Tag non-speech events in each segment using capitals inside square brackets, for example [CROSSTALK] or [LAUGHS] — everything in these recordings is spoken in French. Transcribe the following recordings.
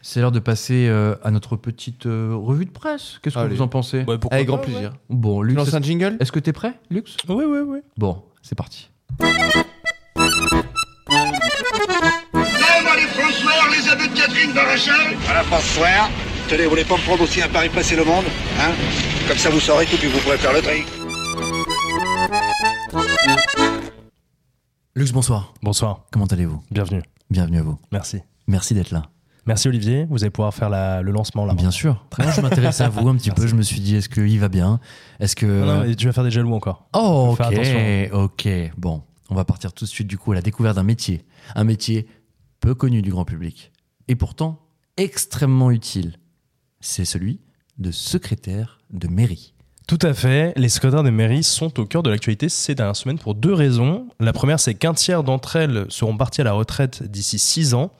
C'est l'heure de passer euh, à notre petite euh, revue de presse. Qu'est-ce que Allez. vous en pensez Ouais, pourquoi Avec pas, grand ouais. plaisir. Bon, Tu Lux, lances est-ce un jingle est-ce que t'es prêt, Lux Oui, oui, oui. Bon, c'est parti. Même à les François, les aveux de Catherine Barachal Voilà, François. Tenez, vous voulez pas me prendre aussi un pari passer le monde Hein Comme ça, vous saurez tout, puis vous pourrez faire le tri. Lux, bonsoir. Bonsoir, Comment allez-vous bienvenue. Bienvenue à vous. Merci. Merci d'être là. Merci Olivier, vous allez pouvoir faire la- le lancement là. Bien sûr. Moi, je m'intéresse à vous un [LAUGHS] petit peu. Je me suis dit, est-ce qu'il va bien Est-ce que. Non, non, et tu vas faire des jaloux encore. oh, Faut faire ok, ok. Bon, on va partir tout de suite du coup à la découverte d'un métier. Un métier peu connu du grand public et pourtant extrêmement utile. C'est celui de secrétaire de mairie. Tout à fait, les secrétaires des mairies sont au cœur de l'actualité ces dernières semaines pour deux raisons. La première, c'est qu'un tiers d'entre elles seront parties à la retraite d'ici six ans.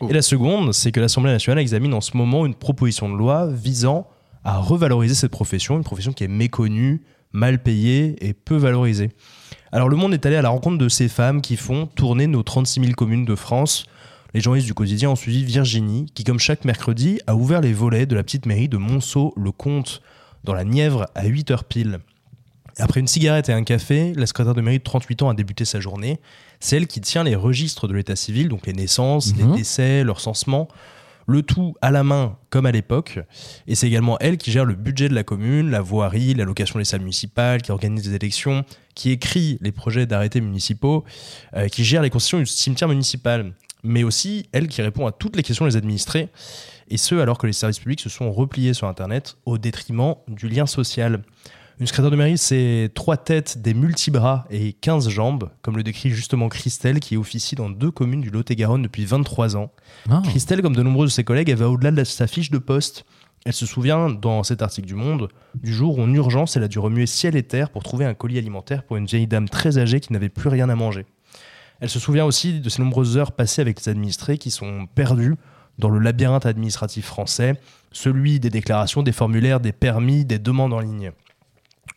Oh. Et la seconde, c'est que l'Assemblée nationale examine en ce moment une proposition de loi visant à revaloriser cette profession, une profession qui est méconnue, mal payée et peu valorisée. Alors le monde est allé à la rencontre de ces femmes qui font tourner nos 36 000 communes de France. Les journalistes du quotidien ont suivi Virginie, qui comme chaque mercredi a ouvert les volets de la petite mairie de Monceau-le-Comte, dans la Nièvre, à 8 heures pile. Après une cigarette et un café, la secrétaire de mairie de 38 ans a débuté sa journée. C'est elle qui tient les registres de l'état civil, donc les naissances, Mhm. les décès, leur censement, le tout à la main comme à l'époque. Et c'est également elle qui gère le budget de la commune, la voirie, l'allocation des salles municipales, qui organise les élections, qui écrit les projets d'arrêtés municipaux, euh, qui gère les constitutions du cimetière municipal. Mais aussi elle qui répond à toutes les questions des administrés, et ce alors que les services publics se sont repliés sur Internet au détriment du lien social. Une secrétaire de mairie, c'est trois têtes, des multibras et 15 jambes, comme le décrit justement Christelle, qui officie dans deux communes du Lot-et-Garonne depuis 23 ans. Ah, Christelle, comme de nombreux de ses collègues, elle va au-delà de la- sa fiche de poste. Elle se souvient, dans cet article du Monde, du jour où, en urgence, elle a dû remuer ciel et terre pour trouver un colis alimentaire pour une vieille dame très âgée qui n'avait plus rien à manger. Elle se souvient aussi de ses nombreuses heures passées avec les administrés qui sont perdus dans le labyrinthe administratif français, celui des déclarations, des formulaires, des permis, des demandes en ligne.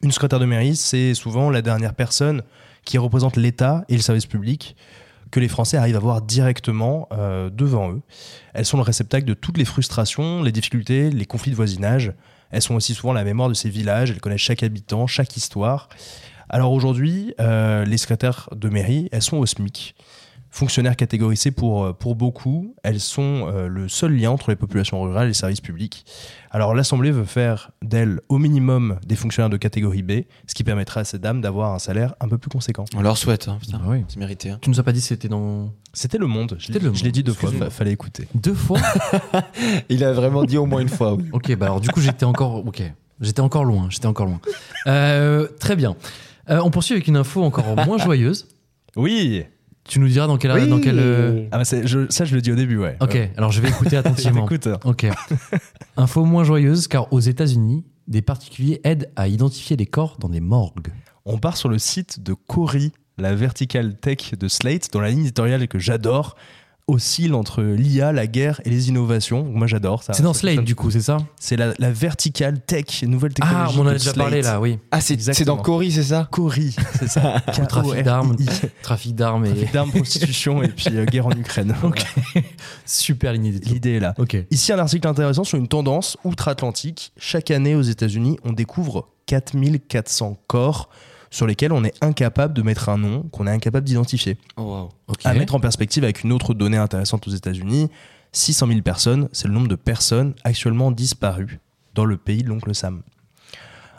Une secrétaire de mairie, c'est souvent la dernière personne qui représente l'État et le service public que les Français arrivent à voir directement euh, devant eux. Elles sont le réceptacle de toutes les frustrations, les difficultés, les conflits de voisinage. Elles sont aussi souvent la mémoire de ces villages, elles connaissent chaque habitant, chaque histoire. Alors aujourd'hui, euh, les secrétaires de mairie, elles sont au SMIC. Fonctionnaires catégorisés pour, euh, pour beaucoup, elles sont euh, le seul lien entre les populations rurales et les services publics. Alors l'Assemblée veut faire d'elles au minimum des fonctionnaires de catégorie B, ce qui permettra à ces dames d'avoir un salaire un peu plus conséquent. On leur souhaite, hein, putain. bah oui. C'est mérité. hein. Tu nous as pas dit que c'était dans C'était le monde, je C'était Le l'ai- je l'ai Monde, dit deux fois, excuse-moi. fa- fallait écouter. deux [LAUGHS] fois Il a vraiment dit au moins une fois. oui. Ok, bah alors du coup j'étais encore, ok, j'étais encore loin, j'étais encore loin. Euh, très bien. Euh, on poursuit avec une info encore moins joyeuse. Oui Tu nous diras dans quelle, dans quelle. euh, Ah bah c'est- je- Ça je le dis au début, ouais. Ok, alors je vais [LAUGHS] écouter attentivement. Eh ben, Écoute, Ok. Info moins joyeuse car aux États-Unis, des particuliers aident à identifier les corps dans des morgues. on part sur le site de Cory, la verticale tech de Slate, dont la ligne éditoriale que j'adore oscille entre l'IA, la guerre et les innovations. Moi j'adore ça. C'est dans Ah, Ça- Slate ça- du coup, c'est ça C'est la, la verticale tech, nouvelle technologie. Ah, on en a de déjà Slate. parlé là, oui. Ah, c'est c'est Exactement. dans Cory, c'est ça [LAUGHS] Cory, c'est ça. Trafic [LAUGHS] d'armes, K-O-R-I. trafic d'armes et Trafic d'armes, prostitution et puis euh, guerre en Ukraine. [LAUGHS] super inédit. [LAUGHS] L'idée est là. Ok. Ici, un article intéressant sur une tendance outre-Atlantique. Chaque année aux États-Unis, on découvre 4400 corps sur lesquels on est incapable de mettre un nom, qu'on est incapable d'identifier. Oh, wow. Ok. À mettre en perspective avec une autre donnée intéressante aux États-Unis, 600 000 personnes, c'est le nombre de personnes actuellement disparues dans le pays de l'oncle Sam.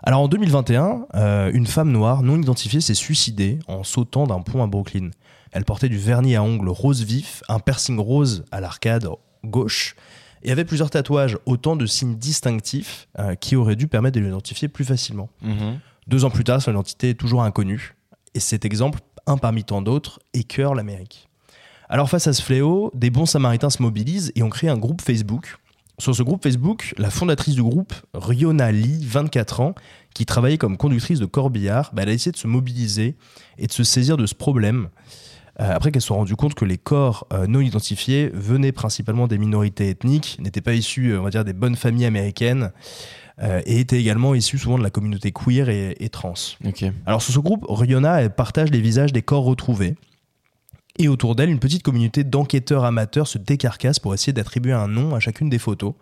Alors en 2021, euh, une femme noire non identifiée s'est suicidée en sautant d'un pont à Brooklyn. Elle portait du vernis à ongles rose vif, un piercing rose à l'arcade gauche et avait plusieurs tatouages, autant de signes distinctifs euh, qui auraient dû permettre de l'identifier plus facilement. Mhm. Deux ans plus tard, son identité est toujours inconnue. Et cet exemple, un parmi tant d'autres, écœure l'Amérique. Alors face à ce fléau, des bons samaritains se mobilisent et ont créé un groupe Facebook. Sur ce groupe Facebook, la fondatrice du groupe, Riona Lee, 24 ans, qui travaillait comme conductrice de corbillard, bah, elle a essayé de se mobiliser et de se saisir de ce problème. euh, après qu'elle se soit rendue compte que les corps euh, non identifiés venaient principalement des minorités ethniques, n'étaient pas issus, euh, on va dire, des bonnes familles américaines, euh, et étaient également issus souvent de la communauté queer et- et trans. Ok. Alors sur ce groupe, Rihanna elle partage les visages des corps retrouvés. Et autour d'elle, une petite communauté d'enquêteurs amateurs se décarcasse pour essayer d'attribuer un nom à chacune des photos.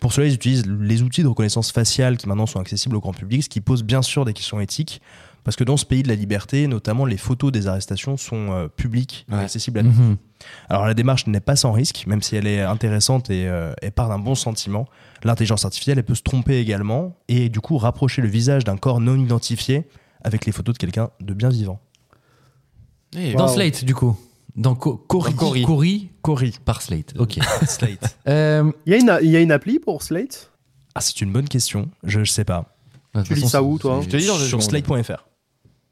Pour cela, ils utilisent les outils de reconnaissance faciale qui maintenant sont accessibles au grand public, ce qui pose bien sûr des questions éthiques, parce que dans ce pays de la liberté, notamment les photos des arrestations sont euh, publiques, et Ouais. accessibles à nous. Mhm. Alors la démarche n'est pas sans risque, même si elle est intéressante et euh, elle part d'un bon sentiment. L'intelligence artificielle, elle peut se tromper également et du coup rapprocher le visage d'un corps non identifié avec les photos de quelqu'un de bien vivant. Dans Wow. Slate, du coup. Dans Co- Cory. Dans Cory. Cory. Par [LAUGHS] Slate. Ok. Slate. Euh, Il y, a une- il y a une appli pour Slate Ah, c'est une bonne question, je, je sais pas. de toute lis façon, ça où, c'est- toi c'est- Je te dis dans le- Sur slate.fr.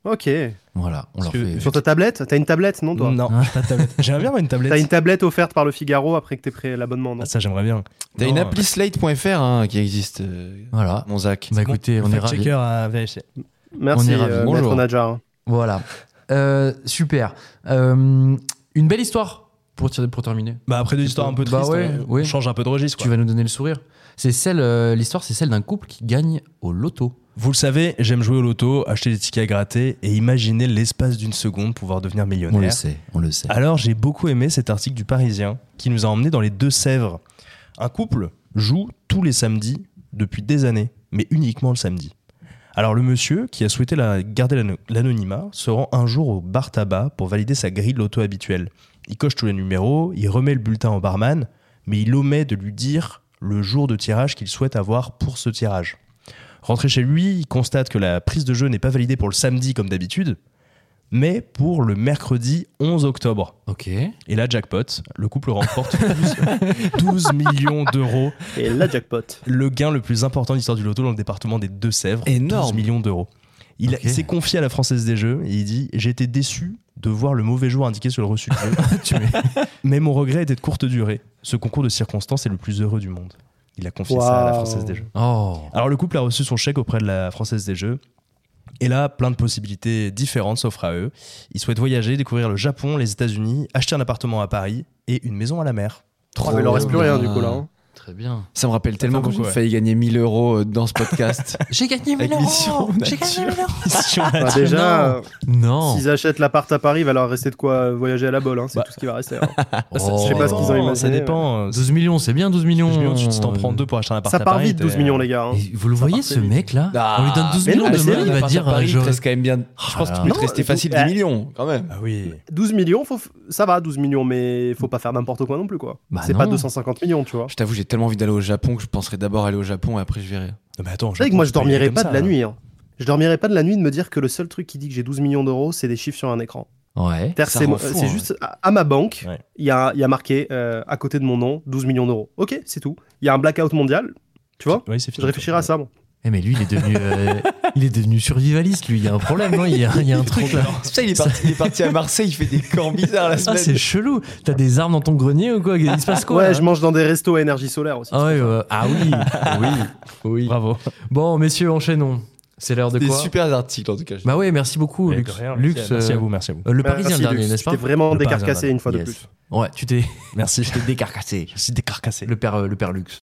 Ok. Voilà, on leur que- fait. Sur ta tablette T'as une tablette, non, toi Non, Ah. j'ai pas de tablette. J'aimerais bien avoir une tablette. T'as une tablette offerte par le Figaro après que t'aies pris l'abonnement, non Ah, ça, j'aimerais bien. T'as Non, une euh, appli slate.fr hein, qui existe, euh, Voilà. mon Zach. Bah bon, écoutez, on est ravis. fact-checker à vérifier. Merci, on est ravis. euh, Bonjour. Maître Nadjar. Voilà. Euh, super. Euh, une belle histoire pour, tir- pour terminer. Bah, après deux histoires un peu Bah tristes, euh, hein. ouais, on, on ouais. change un peu de registre. quoi. Tu vas nous donner le sourire. C'est celle, euh, l'histoire, c'est celle d'un couple qui gagne au loto. Vous le savez, j'aime jouer au loto, acheter des tickets à gratter et imaginer l'espace d'une seconde pouvoir devenir millionnaire. sait, on le sait. Alors j'ai beaucoup aimé cet article du Parisien qui nous a emmené dans les Deux-Sèvres. Un couple joue tous les samedis depuis des années, mais uniquement le samedi. Alors le monsieur, qui a souhaité la- garder l'ano- l'anonymat, se rend un jour au bar tabac pour valider sa grille de loto habituelle. Il coche tous les numéros, il remet le bulletin au barman, mais il omet de lui dire le jour de tirage qu'il souhaite avoir pour ce tirage. Rentré chez lui, il constate que la prise de jeu n'est pas validée pour le samedi comme d'habitude, mais pour le mercredi 11 octobre. Ok. Et là, jackpot, le couple remporte 12, 12 millions d'euros, Et la jackpot. [LAUGHS] le gain le plus important de l'histoire du loto dans le département des Deux-Sèvres. Énorme. 12 millions d'euros. Il a- Ok. il s'est confié à la Française des Jeux et il dit J'ai été déçu de voir le mauvais jour indiqué sur le reçu de jeu. [LAUGHS] Mais mon regret était de courte durée. Ce concours de circonstances est le plus heureux du monde. Il a confié ça à la Waouh. Française des Jeux. Oh. Alors le couple a reçu son chèque auprès de la Française des Jeux. Et là, plein de possibilités différentes s'offrent à eux. Ils souhaitent voyager, découvrir le Japon, les États-Unis, acheter un appartement à Paris et une maison à la mer. [LAUGHS] Ah, mais il en reste plus rien, du coup, là. hein. Très bien. Ça me rappelle tellement fait quand beaucoup, j'ai ouais. failli gagner 1000 euros euh, dans ce podcast. J'ai gagné Avec 1000 euros. Mission J'ai gagné 1000 euros. Si on a- Bah, déjà, euh, Non. Oh. s'ils achètent l'appart à Paris, il va leur rester de quoi euh, voyager à la bol. hein, C'est Bah. tout ce qui va rester. hein. Oh. je sais pas ce qu'ils ont imaginé, Ça dépend. euh, 12 millions, c'est bien 12 millions. 12 millions, tu tu t'en prends deux pour acheter un appartement. Ça part vite, 12 euh, millions, les gars. hein. Et vous le voyez, part ce très vite. mec-là [LAUGHS] On lui Ah, donne 12 mais non, millions mais demain, c'est il va dire euh, Paris, je il te reste quand même bien. Je pense Ah, qu'il peut te non, rester il faut- facile eh. 10 millions quand même. Ah oui. 12 millions, faut... f- ça va, 12 millions, mais faut pas faire n'importe quoi non plus, quoi. Bah c'est non. pas 250 millions, tu vois. Je t'avoue, j'ai tellement envie d'aller au Japon que je penserais d'abord aller au Japon et après je verrai. Non, mais attends, C'est vrai que moi, je tu peux y aller dormirais comme pas ça, de la là. nuit. hein. Je dormirais pas de la nuit de me dire que le seul truc qui dit que j'ai 12 millions d'euros, c'est des chiffres sur un écran. Ouais. C'est-à-dire, Ça C'est rend mo- fou, c'est hein, juste à, à ma banque, il Ouais. y, a, il y a marqué euh, à côté de mon nom 12 millions d'euros. Ok, c'est tout. Il y a un blackout mondial, tu vois. Oui, c'est Je fini. réfléchirai à ça. moi. Eh, mais lui, il est devenu, euh, [LAUGHS] il est devenu survivaliste, lui. Il y a un problème, non Il y a, il y a un truc là. C'est pour ça il est, parti, il est parti à Marseille, il fait des camps bizarres la Ah, semaine. c'est chelou. T'as des armes dans ton grenier ou quoi Il se passe quoi là Ouais, je mange dans des restos à énergie solaire aussi. Ah, ouais, ouais. Ah oui, oui, oui. Bravo. Bon, messieurs, enchaînons. C'est l'heure de des quoi super articles en tout cas. Bah oui, merci beaucoup, Mais Lux. de rien, Lux, merci à- merci à euh, vous, merci à vous. euh, le Merci, Parisien dernier, Lux. n'est-ce pas Tu t'es vraiment Le Parisien décarcassé une fois de Yes. plus. Ouais, tu t'es Merci. décarcassé. Je suis décarcassé. Le père, euh, le père Lux.